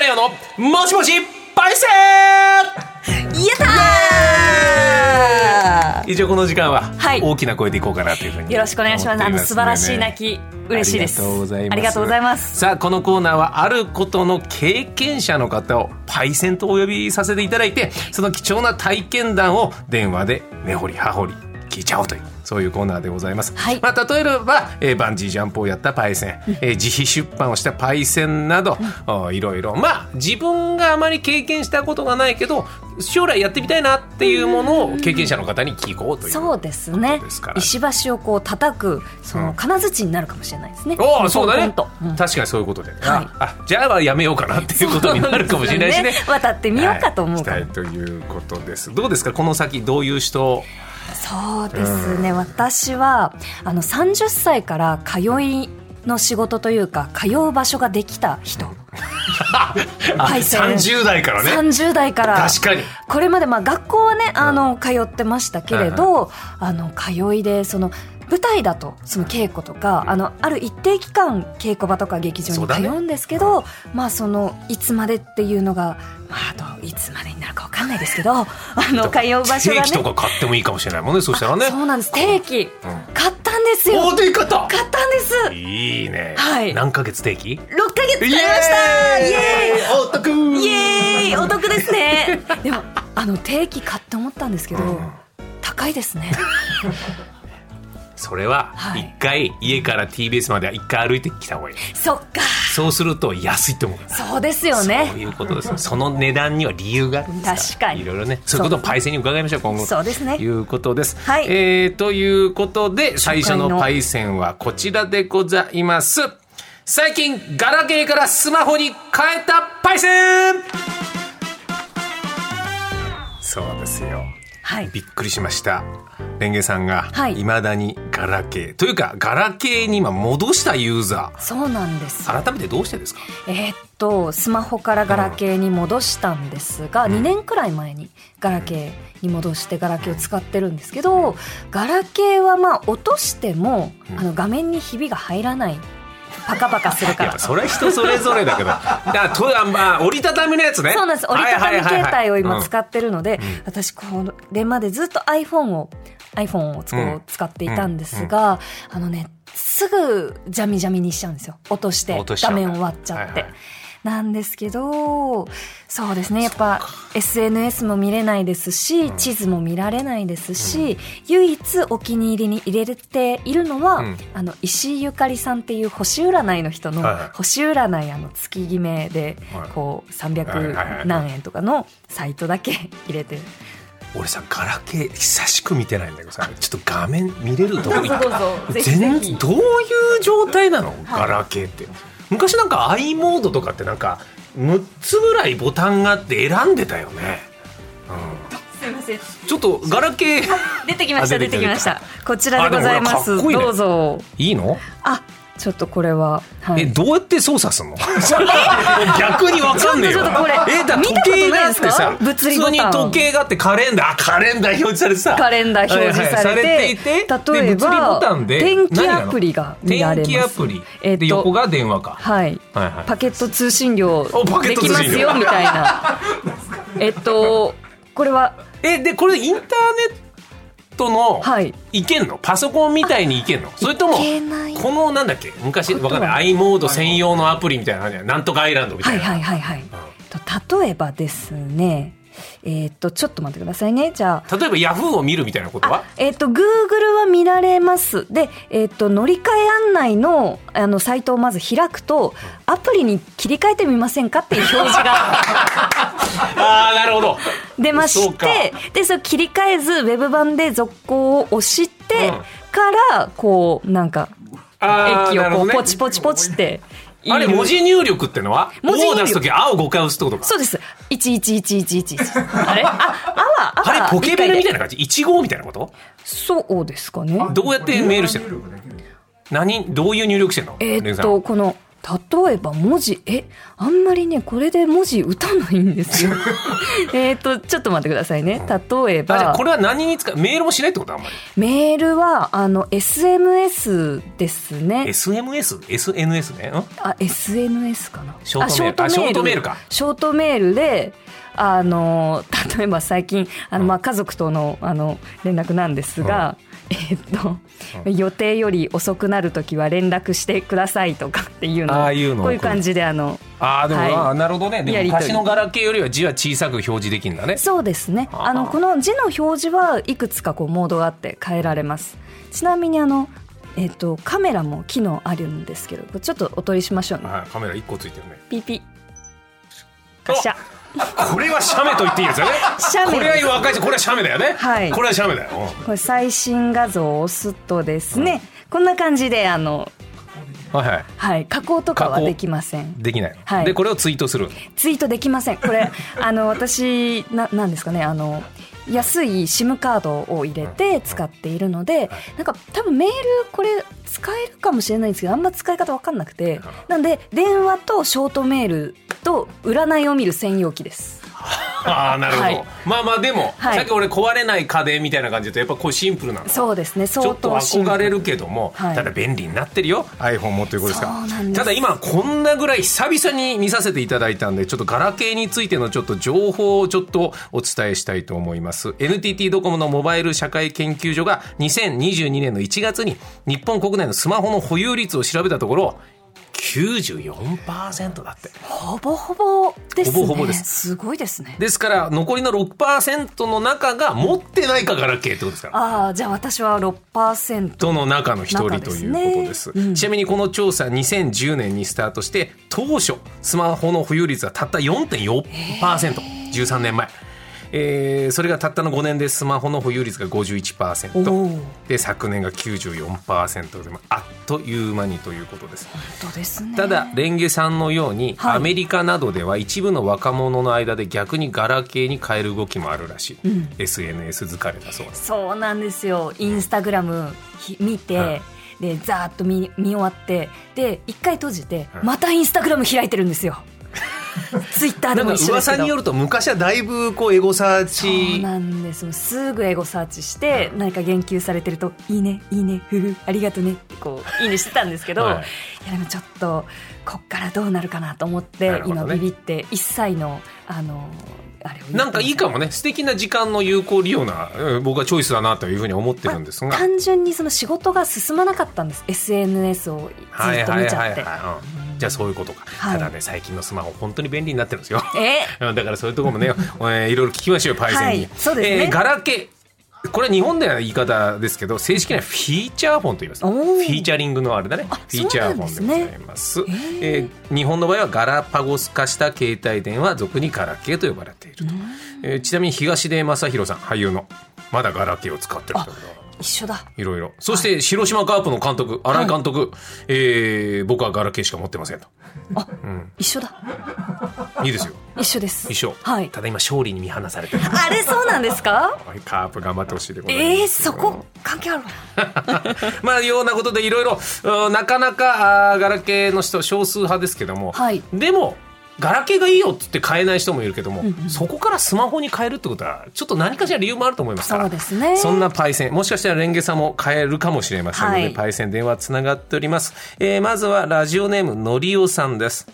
レオのもしもしパイセやったン一応この時間ははい大きな声でいこうかなというふうーによろしくお願いします。思あってのい素んで晴ねらしい泣き嬉しいです。ありがとうございますありがとうございます。さあこのコーナーはあることの経験者の方をパイセンとお呼びさせていただいてその貴重な体験談を電話で根掘り葉掘り聞いちゃおうというそういうコーナーでございます、はいまあ、例えば、えーバンジージャンプをやったパイセン、えー自費出版をしたパイセンなど、おいろいろまあ自分があまり経験したことがないけど将来やってみたいなっていうものを経験者の方に聞こうというそうですこねとですから。石橋をこう叩くそうのん金槌になるかもしれないですね。おおそうだポねンポンとうん確かにそういうことで、はいああじゃあやめようかなっていうことになるかもしれないしねそうですよ渡ってみようかと思うからはい、行きたいということですどうですかこの先どういう人そうですね、私はあの30歳から通いの仕事というか通う場所ができた人、パイセン30代からね30代から確かにこれまでまあ学校はねあの通ってましたけれど、あの通いでその舞台だとその稽古とか、あのある一定期間稽古場とか劇場そにうだ通ねうんですけど、まあそのいつまでっていうのが、まあ、あといつまでになるかわかんないで すけどあの通う場所定が期とね。か買ってもいいかもしれないもんねそしたらねそうなんです定期、ん買ったんですよおおでかった買ったんですいいね、はい何ヶ月定期6ヶ月買いましたイエーイお得ーイイエーイお得ですねでもあの定期買って思ったんですけど、うん高いですねそれははい一回家から TBS までは一回歩いてきた方がいいそっかそうすると安いと思うからそうですよそうねいうことです。その値段には理由があるんです確かにいろいろね、そういうことをパイセンに伺いましょう、今後。そうですねということです。はいえーということで、最初初回ののパイセンはこちらでございます。最近、ガラケーからスマホに変えたパイセンそうですよ。はいびっくりしました。レンゲさんが、はいいまだにガラケー。というか、ガラケーに今戻したユーザそうなんですー。改めてどうしてですかえーっとスマホからガラケーに戻したんですが、2年くらい前にガラケーに戻してガラケーを使ってるんですけどガラケーはまあ落としても、あの画面にひびが入らないパカパカするかいらやそれは人それぞれだ けどだからとあまあ折りたたみのやつねそうなんです。折りたたみ携帯を今使っってるので、私これまでずっと iPhone を、iPhone をこううん使っていたんですが、あのね、すぐジャミジャミにしちゃうんですよ。落として落としちゃ画うんだ面を割っちゃって。はいはいなんですけど、そうですね。やっぱ SNS も見れないですし、地図も見られないですし、唯一お気に入りに入れているのは、うんあの、石井ゆかりさんっていう星占いの人のはいはい星占いあの月決めではいこう300はいはいはい何円とかのサイトだけ入れてる俺さガラケー久しく見てないんだけどさちょっと画面見れるとこ行ったぞ 全然どういう状態なのガラケーって昔なんか i モードとかってなんか6つぐらいボタンがあって選んでたよね、すいませんうん、ちょっとガラケー出てきましたあ出出ててききままししたたこちらでございまあすでもこれかっこいいねどうぞ いいのあちょっとこれは、はいえどうやって操作するの 逆にわかんねえよちょっとちょっとこれえだから見たこ時と計ながいであっすかてさ物理ボタ普通ンに時計があってカレンダーあカレンダー表示されてさカレンダー表示されて,、はいはいされていて例えで物理ボタばンで天気何なのアプリが見られます天気アプリ、えっとで横が電話か、はいはいはいパケット通信料おパケでット通き信料ますよみたいな えっとこれはえでこれインターネットの、はいいけんのパソコンみたいにいけんのそれともいけないこのなんだっけ昔わかんない i モード専用のアプリみたいなのあるじゃんなんとかアイランドみたはいいな、はいはいはい。と例えばですね、えーっとちょっと待ってくださいね。じゃあ。例えばヤフーを見るみたいなことはえーっと Google は見られますで、えーっと乗り換え案内のあのサイトをまず開くとアプリに切り替えてみませんかっていう表示がああなるほど出まそしうかてでそれ切り替えずウェブ版で続行を押して、うんからこうなんかあー駅なるをこほどう、ねポチポチポチってあれ入れる文字入力ってのは「文字入お」を力出す時「あ」を5回押すってことかそうです111111あれ ああはあれはポケベルみたいなな感じ1号みたいなことそうですかねどうやってメールしてるの何どういう入力してんのレえーンっさとんこの例えば文字えあんまりねこれで文字打たないんで すよえっとちょっと待ってくださいね例えあじゃあばこれは何に使うメールもしないってことあんまメールはあの SMS ですねり SMSSNS ねんあ SNS かなショートメールあショートメールかショートメールであの 例えば最近あの、まあ、家族とのあの連絡なんですが、えっと、う予定より遅くなる時は連絡してくださいとかっていうのをああいうのをこういう感じであのああでも、はいああなるほどねでもやりとり昔のガラケーよりは字は小さく表示できるんだねそうですねあーあのこの字の表示はいくつかこうモードがあって変えられますちなみにあの、えっと、カメラも機能あるんですけどちょっとお取りしましょうねはいカメラ一個ついてるねピピカシャこれは写メと言っていい ですよね写メこれは若い人これは写メだよね、はいこれは写メだよこれ最新画像を押すとですね、こんな感じであの、うんはいはいはい、加工とか加は工できませんできないの、はいでこれをツイートするツイートできませんこ れあの私ななんですかねあの安い SIM カードを入れて使っているのでなんか多分メールこれ使えるかもしれないんですけどあんま使い方わかんなくてなんで電話とショートメールと占いを見る専用機ですああなるほど、はいまあまあでも、はいさっき俺壊れない家電みたいな感じでやっぱこうシンプルなのそうですねちょ相っと当シンプル憧れるけども、はいただ便利になってるよ iPhone もということですかそうなんですただ今こんなぐらい久々に見させていただいたんでちょっとガラケーについてのちょっと情報をちょっとお伝えしたいと思います NTT ドコモのモバイル社会研究所が2022年の1月に日本国内のスマホの保有率を調べたところ94%だってほぼほぼですねほぼほぼですすごいですねですから残りの6%の中が持ってないかガラケーってことですからああじゃあ私は6%との中の一人ということです中ですねうんちなみにこの調査2010年にスタートして当初スマホの保有率はたった 4.4%13 年前、えーそれがたったの5年でスマホの保有率がお51%おで昨年が94%でまああっという間にということです本当ですねただレンゲさんのように、はいアメリカなどでは一部の若者の間で逆にガラケーに変える動きもあるらしい、SNS 疲れだそうですそうなんですよインスタグラムひ見て、はいでざーっと見見終わってで一回閉じて、はいまたインスタグラム開いてるんで すよツイッターなでんもか一緒です噂けどによると昔はだいぶこうエゴサーそうチなんですもうすぐエゴサーチして、何か言及されてると「いいねいいねふふありがとね」ってこう「いいね」してたんですけど、はいい、やでもちょっとこっからどうなるかなと思っなて、るほど今ねビビって一切のあのあれをなんかいいかももね素敵な時間の有効利用なうん僕はチョイスだなというふうに思ってるんですが単純にその仕事が進まなかったんです SNS をずっと見ちゃって。うんじゃあそういうことか、はいただね最近のスマホ本当に便利になってるんですよえうんだからそういうところも ね、えーいろいろ聞きましょうよパイセンに、はいそうですねえーガラケーこれは日本では言い方ですけど正式にはフィーチャーフォンと言いますフおーィーチャリングのあれだねフあィーチャーフォンでございますそうなんですねえー日本の場合はガラパゴス化した携帯電話俗にガラケーと呼ばれていると、えーちなみに東出昌大さん俳優のまだガラケーを使ってるってことだ一緒だいろいろ。そして、広島カープの監督、新井監督、えー僕はガラケーしか持ってませんと。一緒だいいです よ。一緒です一緒。はいただ今、勝利に見放されてる。あれそうなんです かカープ頑張ってほしいでございます。えー、そこ関係あるわまあ、ようなことでいろいろ、うんなかなか、あーガラケーの人、少数派ですけども、はいでも、ガラケーがいいよっつって買えない人もいるけども、そこからスマホに変えるってことは、ちょっと何かしら理由もあると思いますから。そうですねそんなパイセン、もしかしたらレンゲさんも変えるかもしれませんので、はいパイセン電話つながっております。えーまずはラジオネームのりおさんです。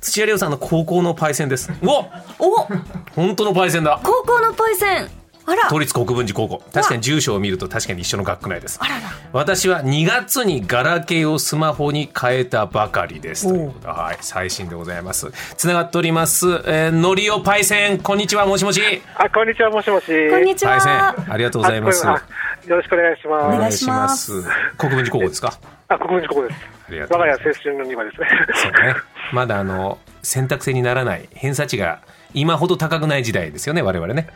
土屋りおさんの高校のパイセンです。うおお本当のパイセンだ高校のパイセンあら都立国分寺高校。確かに住所を見ると確かに一緒の学区内ですあ。らら私は2月にガラケーをスマホに変えたばかりですおとういうことではい、最新でございます。つながっております、えー、のりおパイセン、こんにちは、もしもし。あ、こんにちは、もしもし。こんにちパイセン、はありがとうございます。あこんにちはよろしくお願いしおま願す。いしますお願いします国分寺高校ですか。あ、ここにここですありが。とう我ごがざ家い青ます春の庭ですね。そうね。まだあの選択制にならない偏差値が今ほど高くない時代ですよね、我々ね。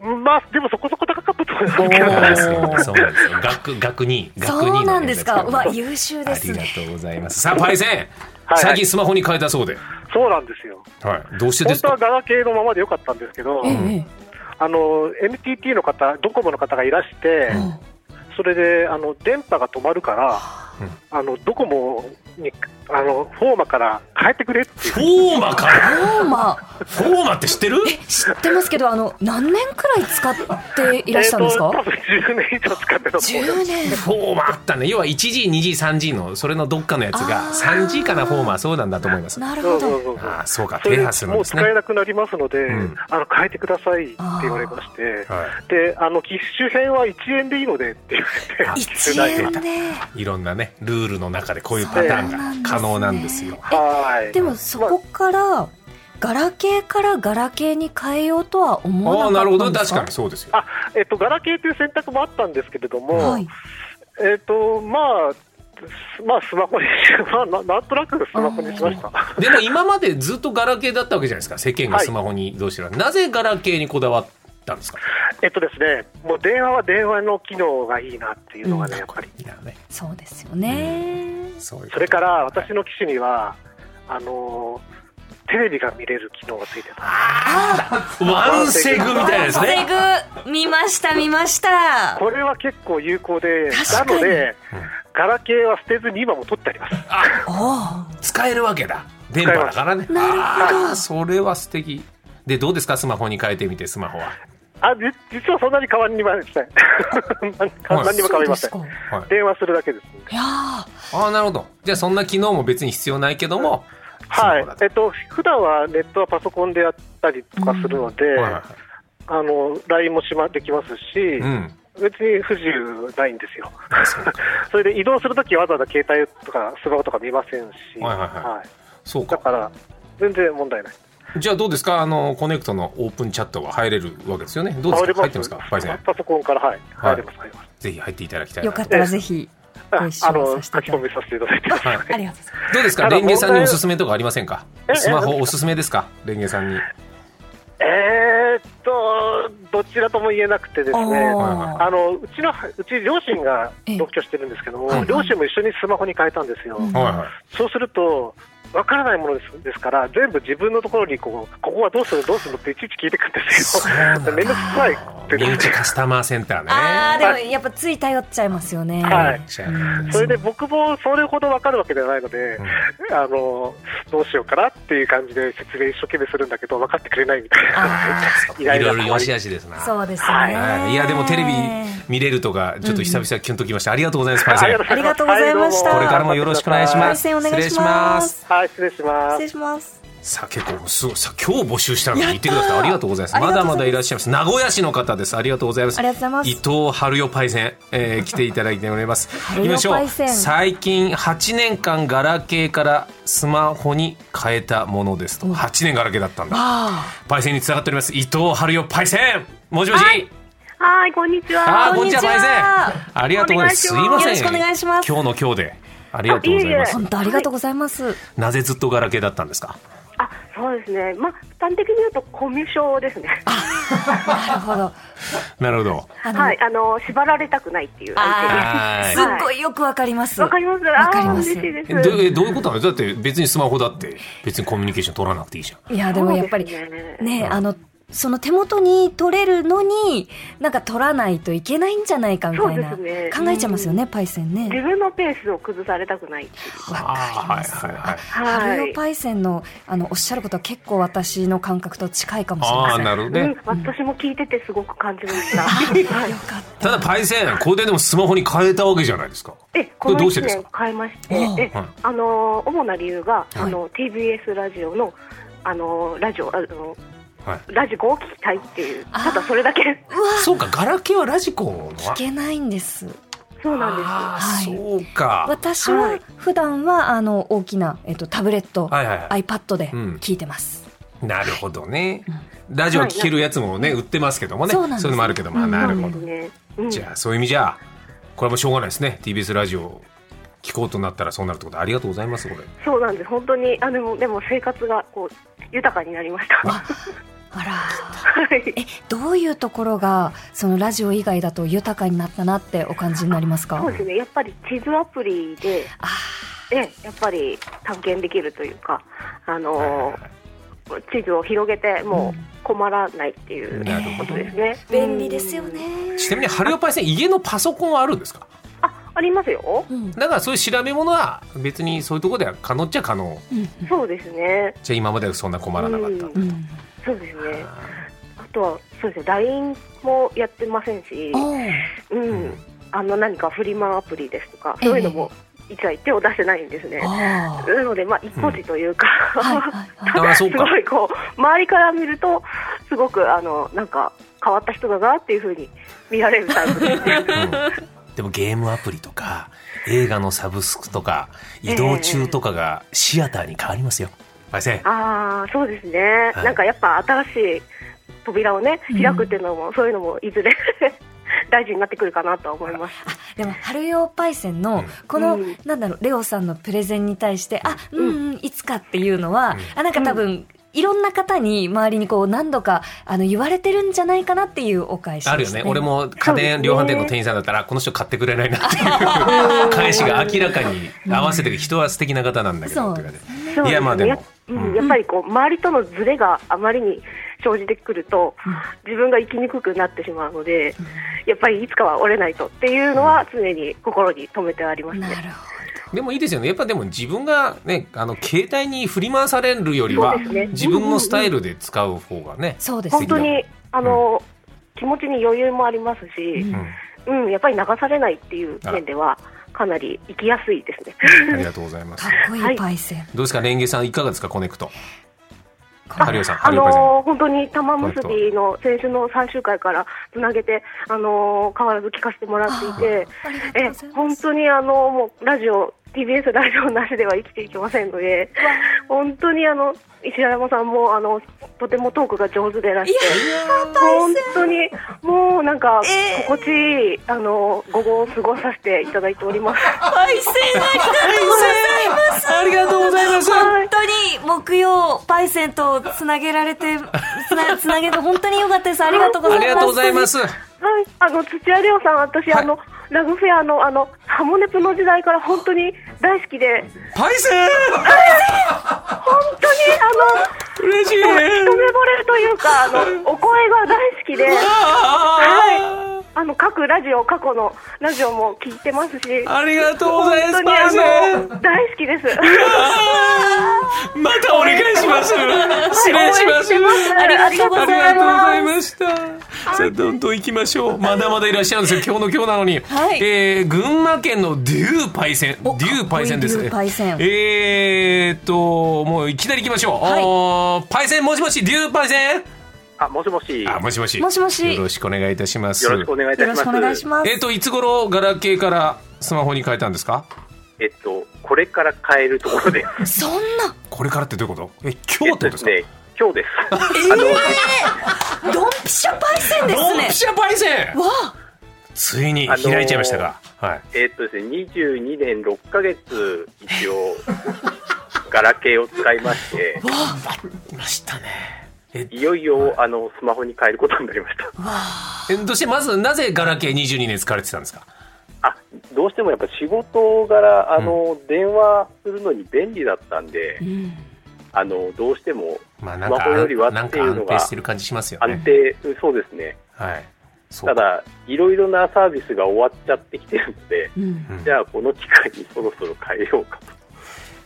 まあ、でもそこそこ高かったと思いますけどおそうーね。ですよねそうなんですよ。学学に学にそうなんですかうわ優優秀でありすがねとうございます。さあパイセン、はい最近スマホに変えたそうで。そうなんですよ。はい。どうしてで本す当はか。ガラケーのままでよかったんですけど、ええあの、NTT の方、ドコモの方がいらして、それで、あの、電波が止まるから、あのドコモにあのフォーマから変えてくれっていうフォーマかもうまあフォーマって知ってる知ってますけどあの何年くらい使っていらしたんですかえーと多分10年以上使ってたと思うよ10年フォーマあったね要は 1G2G、3G のそれのどっかのやつがあー 3G かなフォーマーそうなんだと思いますあなるそほうそうどそうそうあーそうかそ停れ波するんもうです使ねえなくなりますので、うんあの変えてくださいって言われまして、はであの機種編は1円でいいのでって言われて、あ1円でいいろんなねルールの中でこういうパターンが可能なんですよはいでもそこからガラケーからガラケーに変えようとは思ああーわななかるっほたどんです確かかにそうですよあえっとガラケーという選択もあったんですけれども、はいえっとまあすまあスマホに まあななんとなくスマホにしました。でも今までずっとガラケーだったわけじゃないですか世間がスマホにどうしてるなぜガラケーにこだわったんですかえっとですね、もう電話は電話の機能がいいなっていうのがね、やっぱり。いやねそうですよねそういうことそれから私の機種には、あのーテレビが見れる機能がついてた。ワンセグみたいなですねワンセグ見ました見ましたこれは結構有効で、な確かにのでうん、ガラケーは捨てずに今も取ってあります。あおお使えるわけだ電波だからねえますなるほあどーそれは素敵でどうですかスマホに変えてみてスマホは、あ、じ実はそんなに変わりま せん。何はい何にも変わりませんそ。うですかはい、電話するだけです。いやーああなるほどじゃあそんな機能も別に必要ないけどもスはマいホだ。とえっと、普段はネットはパソコンでやったりとかするので、はいはあの、LINE もしまできますしい、はいうん別に不自由ないんですよ。あそうか それで移動するときわざわざ携帯とかスマホとか見ませんし、はいはいはいそうだかから全然問題ない。じゃあどうですかあのコネクトのオープンチャットは入れるわけですよねどうですか入ってますかバイセンパソコンからはいはい入れます入れます。ぜひ入っていただきたいなよかったらぜひご一あ緒のをさせ書ていきただ込きみさせていただいてます。 はいありがとうございまどうですかただレンゲさんに問題はおすすめとかありませんかええスマホおすすめですかレンゲさんにえー、っとどちらとも言えなくてですね。あすあのうちのうち両親が独居してるんですけども、ええ両親も一緒にスマホに変えたんですよ。うんはいはいそうすると。わからないものですですから、全部自分のところにこう、ここはどうする、どうするっていちいち聞いてくるんですそうなんだよ。めんどくさいって身です内ね。カスタマーセンターねあーでねもやっぱつい頼っちゃいますよねはいうんそれで僕もそれほど分かるわけではないので、あのどうしようかなっていう感じで説明一生懸命するんだけど分かってくれないみたい あな。いろいろ良し悪しですなそうですよね、はいいやでもテレビ見れるとかちょっと久々キュンときましたありがとうございますパイセンありがとうございましたこれからもよろしくお願いしますパイセンお願いします失礼しますはい、失礼します失礼。しますさあ結構すごいさあ今日募集したのにやっ言たってくださいありがとうございますありまがとだうございますまだいらっしゃいます名古屋市の方ですありがとうございますありがとうございます伊藤春代パイセン、えー来ていただいております代行きましょパうイセン最近8年間ガラケーからスマホに変えたものですと8年ガラケーだったんだあパイセンに繋がっております伊藤春代パイセンもしもし、はい、こんにちあは。ーここんんににちちははパイセンありがとうございますすいおま願いしせんますよろしくお願いします今日の今日でありがとうございますあいえい本当ありがとうございます、なぜずっとガラケーだったんですかあ、そうですね。まあ、端的に言うと、コミュ障ですね。なるほどなるほどあの、はい、あの、縛られたくないっていう。あわはーいすっごいよくわかりますかります。わかりああ、ます嬉しいです。えどえどういうことなのだって別にスマホだって別にコミュニケーション取らなくていいじゃんいやでもやっぱりそうですねねあのその手元に取れるのになんか取らないといけないんじゃないかみたいな、そうですね考えちゃいますよね、パイセン自ね。分のペースを崩されたくないっていう。わかります。はいはいはいハはルいオ。パイセンのあのおっしゃることは結構私の感覚と近いかもしれまあせあん。なるほどうねん、私も聞いててすごく感じました。はいよかっただパイセンこれででもスマホに変えたわけじゃないですかえ、ここれのどうして1です年か変えまして、ああえはいあの主な理由が、いあの TBS ラジオのあのラジオあのはいラジコを聞きたいっていう、ああただそれだけ。そうかガラケーはラジコン聞けないんです。そうなんです。ああはいそうか私ははい普段はあの大きなえっとタブレット、はいはいは iPad でうん聞いてます。いなるほどねラジオ聞けるやつもね売ってますけどもねそうなんですいうのもあるけどもあうんなるそほうでどすね。うんじゃあそういう意味じゃこれはもうしょうがないですね TBS ラジオ聞こうとなったらそうなるってことありがとうございますこれそうなんです。本当に、あ、でも、でも生活がこう豊かになりました。はあら、い。えどういうところがそのラジオ以外だと豊かになったなってお感じになりますかそう。ですね。やっぱり地図アプリで、あえ、やっぱり探検できるというか、あの地図を広げて、もう困らないっていうなるほこどとですね。ー便利ですよね。ちなみに春代パイセン家のパソコンはあるんですかあ、ありますよ。うんだからそういう調べ物は別にそういうところでは可能っちゃ可能うんそうですね。じゃあ今まではそんな困らなかった、うんうんそうですね。あとは、そうですね。LINE もやってませんし、おーうん。あの、何かフリマアプリですとか、そういうのも、一切手を出してないんですね。あーなので、まあ、一個地というか、はいはいはいあーそうす かごいこう、周りから見ると、すごく、あの、なんか、変わった人だなっていうふうに見られるタイ プですね。うんでもゲームアプリと か映画のサブスクとか移動中とかがシアターに変わりますよ。パイセンああ、そうですね、はいなんかやっぱ新しい扉をね、開くっていうのも、そういうのもいずれ 大事になってくるかなとは思います。でも春用パイセンのこの、うんなんだろうレオさんのプレゼンに対してあうんん、うん、いつかっていうのは、うんあなんか多分、いろんな方に周りにこう何度かあの言われてるんじゃないかなっていうお返しであるよすね俺も家電量販店の店員さんだったらこの人買ってくれないなっていう返しが明らかに合わせてる人は素敵な方なんだけどそうって感じそういやまあでもや,、うんうんやっぱりこう周りとのズレがあまりに生じてくると、自分が生きにくくなってしまうので、やっぱりいつかは折れないとっていうのは常に心に留めてありますなね。るほでもいいですよねやっぱでも自分がねあの携帯に振り回されるよりはそうですね自分のスタイルで使う方がねど。そうです素本敵だ当にあの、気持ちに余裕もありますし、うんうん、やっぱり流されないっていう面では、かなり生きやすいですね。ありがとうございますかっ。こいはいいパイセン、どうですかレンゲさんいかがですかコネクト。こ ハリオさんあハリオパイセン。のー本当に玉結びの先週の最終回からつなげて、あのー変わらず聞かせてもらっていて、ありがとうえございま本す当に、あのーもうラジオ、TBS ラジオなしでは生きていけませんので、本当にあの石原山さんもあのとてもトークが上手でいらっしゃって。本当にもうなんかえー心地いいあの午後を過ごさせていただいております。パイセンありがありがとうとうございます。本当に木曜パイセンとつなげられてつなつなげて本当に良かったですありがとうごあざいますりがとうございます。はい、あの土屋亮さん、私、はいあのラグフェアのあのハモネプの時代から本当に大好きで、パイセン本当に嬉しいあの一目惚れというか、あのお声が大好きで、ああの各ラジオ、過去のラジオも聞いてますし、ーありがとうござい本ま当す、にパイセあンの大好きです。あー またお願いします。失礼します。ありがとうございますありがとうございました。さあ、どんどん行きましょう。まだまだいらっしゃるんですよ。今日の今日なのに。はいえー群馬県のデューパイセン。デおューパイセンです。かっこいいデューパイセンえーっと、もういきなり行きましょう。はいおーパイセン、もしもし、デューパイセンあ、もしもし。あ、もしもし。もしもしよろしくお願いいたします。よろしくお願いいたよろします。しくお願いしますえっと、いつ頃ガラケーからスマホに変えたんですかえっと、これから変えるとこ ろです。そんなこれからってどういうことえ、今日ってことですか、えっとね今日です。ええドンピシャパイセンですドンねピシャパイセンわあついに開いちゃいましたか、はい、えっとですね、22年6ヶ月、一応、ガラケーを使いまして、いましたねえいよいよ、あの、スマホに変えることになりました。えどうしてまずなぜガラケー22年使われてたんですかあどうしてもやっぱ仕事柄あの、電話するのに便利だったんで、んあのどうしてもまあスなマんかホよりはなんってかいう安の定がしてる感じしますよ安ね定うんそうですねはいそうただいろいろなサービスが終わっちゃってきてるので、うんうんじゃあこの機会にそろそろ変えようかと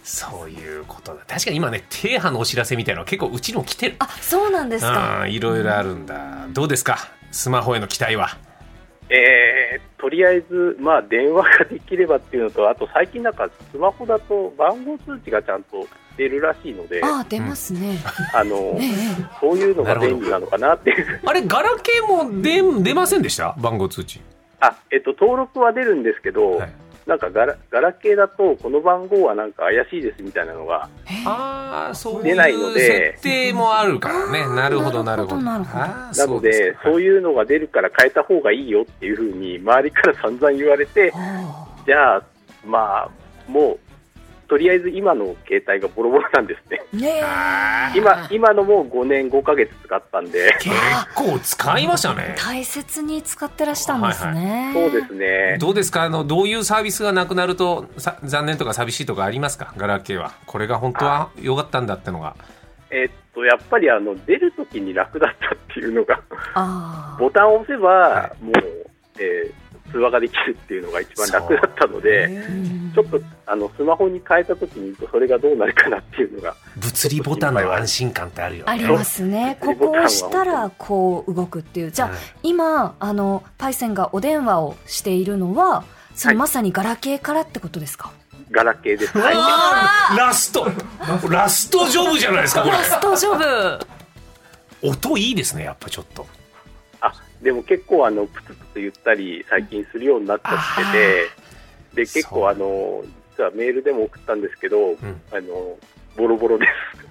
そういうことだ確かに今ね停波のお知らせみたいなのが結構うちにも来てるあそうなんですかうんいろいろあるんだどうですかスマホへの期待はえーとりあえず、まあ、電話ができればっていうのとあと最近なんかスマホだと番号通知がちゃんと出るらしいのでああ出ますね、のええそういうのが便利なのかなっていうあれガラケーも出出ませんでした番号通知あ、えっと、登録は出るんですけど、はいなんかガラガラケーだと、この番号はなんか怪しいですみたいなのが、ああそう出ないのでいう設定もあるからねなるほどななるるほほどどなるほどあーなので、そうですかはいいうのが出るから変えた方がいいよっていうふうに、周りから散々言われて、あじゃあ、まあ、もう、とりあえず今の携帯がボロボロなんですね。ーねえ今、今のも5年5ヶ月使ったんで、結構使いましたね。大切に使ってらしたんですね、そうですね。どうですかあのどういうサービスがなくなるとさ残念とか寂しいとかありますかガラケーはこれが本当は良かったんだってのがえっと、やっぱりあの、出るときに楽だったっていうのが、ああボタンを押せば、もう、えー通話ができるっていうのが一番楽だったので、ちょっとあのスマホに変えたときにそれがどうなるかなっていうのが、物理ボタンの安心感ってあるよあねりますね。そうここを押したらこう動くっていう。じゃあ、うん今あのパイセンがお電話をしているのは、そはのいまさにガラケーからってことですか。ガラケーです。うわーラストラストジョブじゃないですかこれラストジョブ。音いいですねやっぱちょっとあでも結構あのプツプツ言ったり最近するようになっちゃっててで結そう構あの実はメールでも送ったんですけど、んあのボロボロです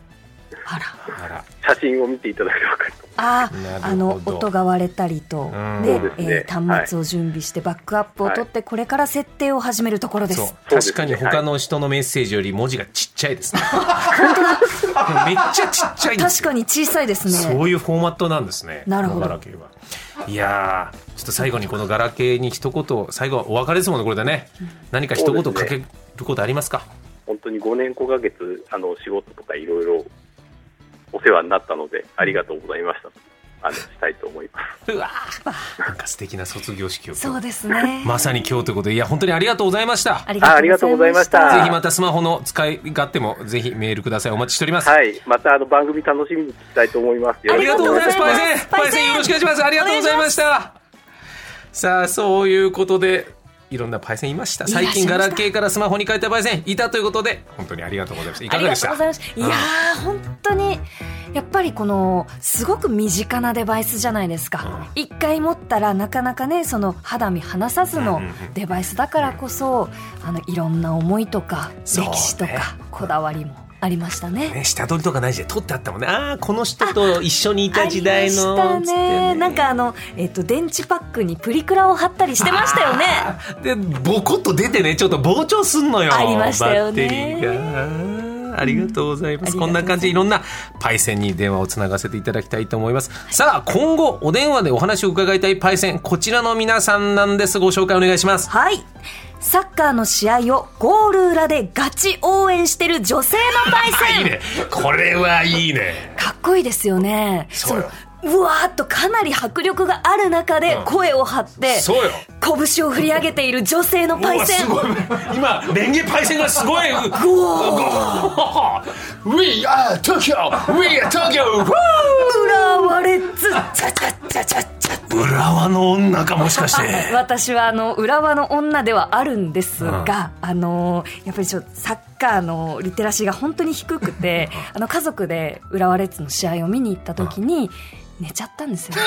あら。あら写真を見ていただければ分かると思なあるほーどあの音が割れたりと、うんでそうですえねー端末を準備してバックアップを取ってこれから設定を始めるところです、そうそうです確ねかに他の人のメッセージより文字がちっちゃい ですね めっちゃちっちゃいんです確よかに小さいですねそういうフォーマットなんですね。なるほどガラケーは。いやー、ちょっと最後にこのガラケーに一言、最後はお別れですもんね、これでね。何か一言そうかですねけることありますか本当に5年5ヶ月あの仕事とかいろいろお世話になったのでありがとうございましたとあのしたいと思います。うわーなんか素敵な卒業式をそう今日。ですね、まさに今日ということで、いや、本当にありがとうございました。ぜあありがとうございましたひまたスマホの使い勝手もぜひメールください。お待ちしております。はい、またあの番組楽しみにしたいと思います。よあろりしくがおとうご願ざいましす。ありがとうございパまイすセン、パイセンよろしくお願いします。ありがとうございました。さあ、そういうことで、いろんなパイセンいました。いらっしゃ最いまし近たガラケーからスマホに変えたパイセンいたということで、本当にありがとうございました。いあかりががでしとたうご。ざいました。いやー、本当に、やっぱりこの、すごく身近なデバイスじゃないですか。一回持ったら、なかなかね、その、肌身離さずうのんうんうんデバイスだからこそ、あの、いろんな思いとか、そうね歴史とか、こだわりもありましたね。ね、下取りとかないで撮ってあったもんね。ああ、この人と一緒にいた時代の。ありまつしったてね。なんかあの、えっと、電池パックにプリクラを貼ったりしてましたよね。で、ボコッと出てね、ちょっと膨張すんのよ。ありましたよねバッテリーが。ありがとうございます。うんこんな感じでいろんなパイセンに電話をつながせていただきたいと思います。さあ、今後お電話でお話を伺いたいパイセン、こちらの皆さんなんです。ご紹介お願いします。はい。サッカーの試合をゴール裏でガチ応援してる女性のパイセン。いいね。これはいいね。かっこいいですよねそうよのうわーっとかなり迫力がある中で声を張って、そうよ。拳を振り上げている女性のパイセンうわすごい今レンゲパイセンがすごいゴー We are Tokyo! We are Tokyo! 浦和レッズチャチャチャチャチャ浦和の女かもしか して私はあの浦和の女ではあるんですが、あのーやっぱりちょっとサッカーのリテラシーが本当に低くてあの家族で浦和レッズの試合を見に行った時に寝ちゃったんですよ、ね、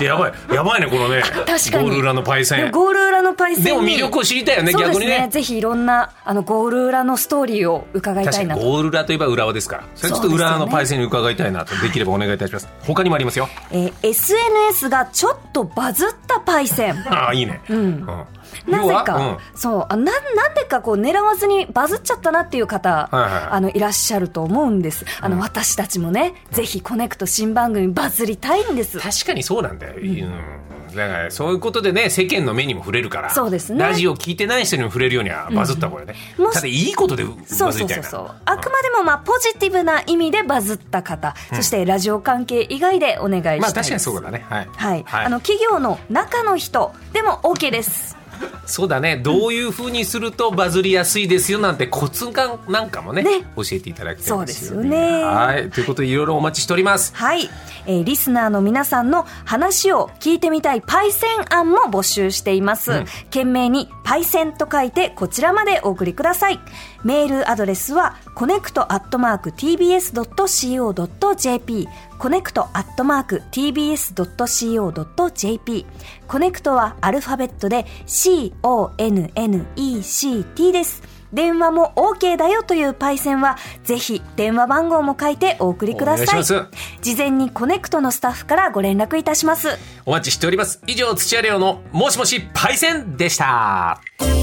いややばいやばいねこのね確かにゴール裏のパイセでもンゴール裏のパイセンにでも魅力を知りたいよねそうで逆すにねねぜひいろんなあのゴール裏のストーリーを伺い確かたいになとゴール裏といえば浦和ですからそれちょっとそうですよ浦ね和のパイセンに伺いたいなとできればお願いいたします他にもありますよえー SNS がちょっとバズったパイセンああいいね、うんなぜ要かは、そうあななんでかこう狙わずにバズっちゃったなっていう方、はいはいあのいらっしゃると思うんですあの、私たちもねぜひコネクト新番組バズりたいんです確かにそうなんだよ、うんだからそういうことでね世間の目にも触れるからそうですねラジオ聞いてない人にも触れるようにはバズったこれね、もしただいいことでそバズうそりうたいそうなそうあくまでもまあポジティブな意味でバズった方、そしてラジオ関係以外でお願いしたいです、まあ確かにそうだねはい、はい、あの企業の中の人でも OK ですそうだねどういうふうにするとバズりやすいですよなんてコツがなんかもねね教えていただきたいですよそうですよねはいということでいろいろお待ちしておりますはい、えーリスナーの皆さんの話を聞いてみたいパイセン案も募集しています、うん懸命に「パイセン」と書いてこちらまでお送りくださいメールアドレスはコネクトアットマーク TBS.CO.JP コネクトアットマーク TBS.CO.JP コネクトはアルファベットで CONNECT です電話も OK だよというパイセンはぜひ電話番号も書いてお送りくださいお願いします事前にコネクトのスタッフからご連絡いたしますお待ちしております以上土屋レオのもしもしパイセンでした TBS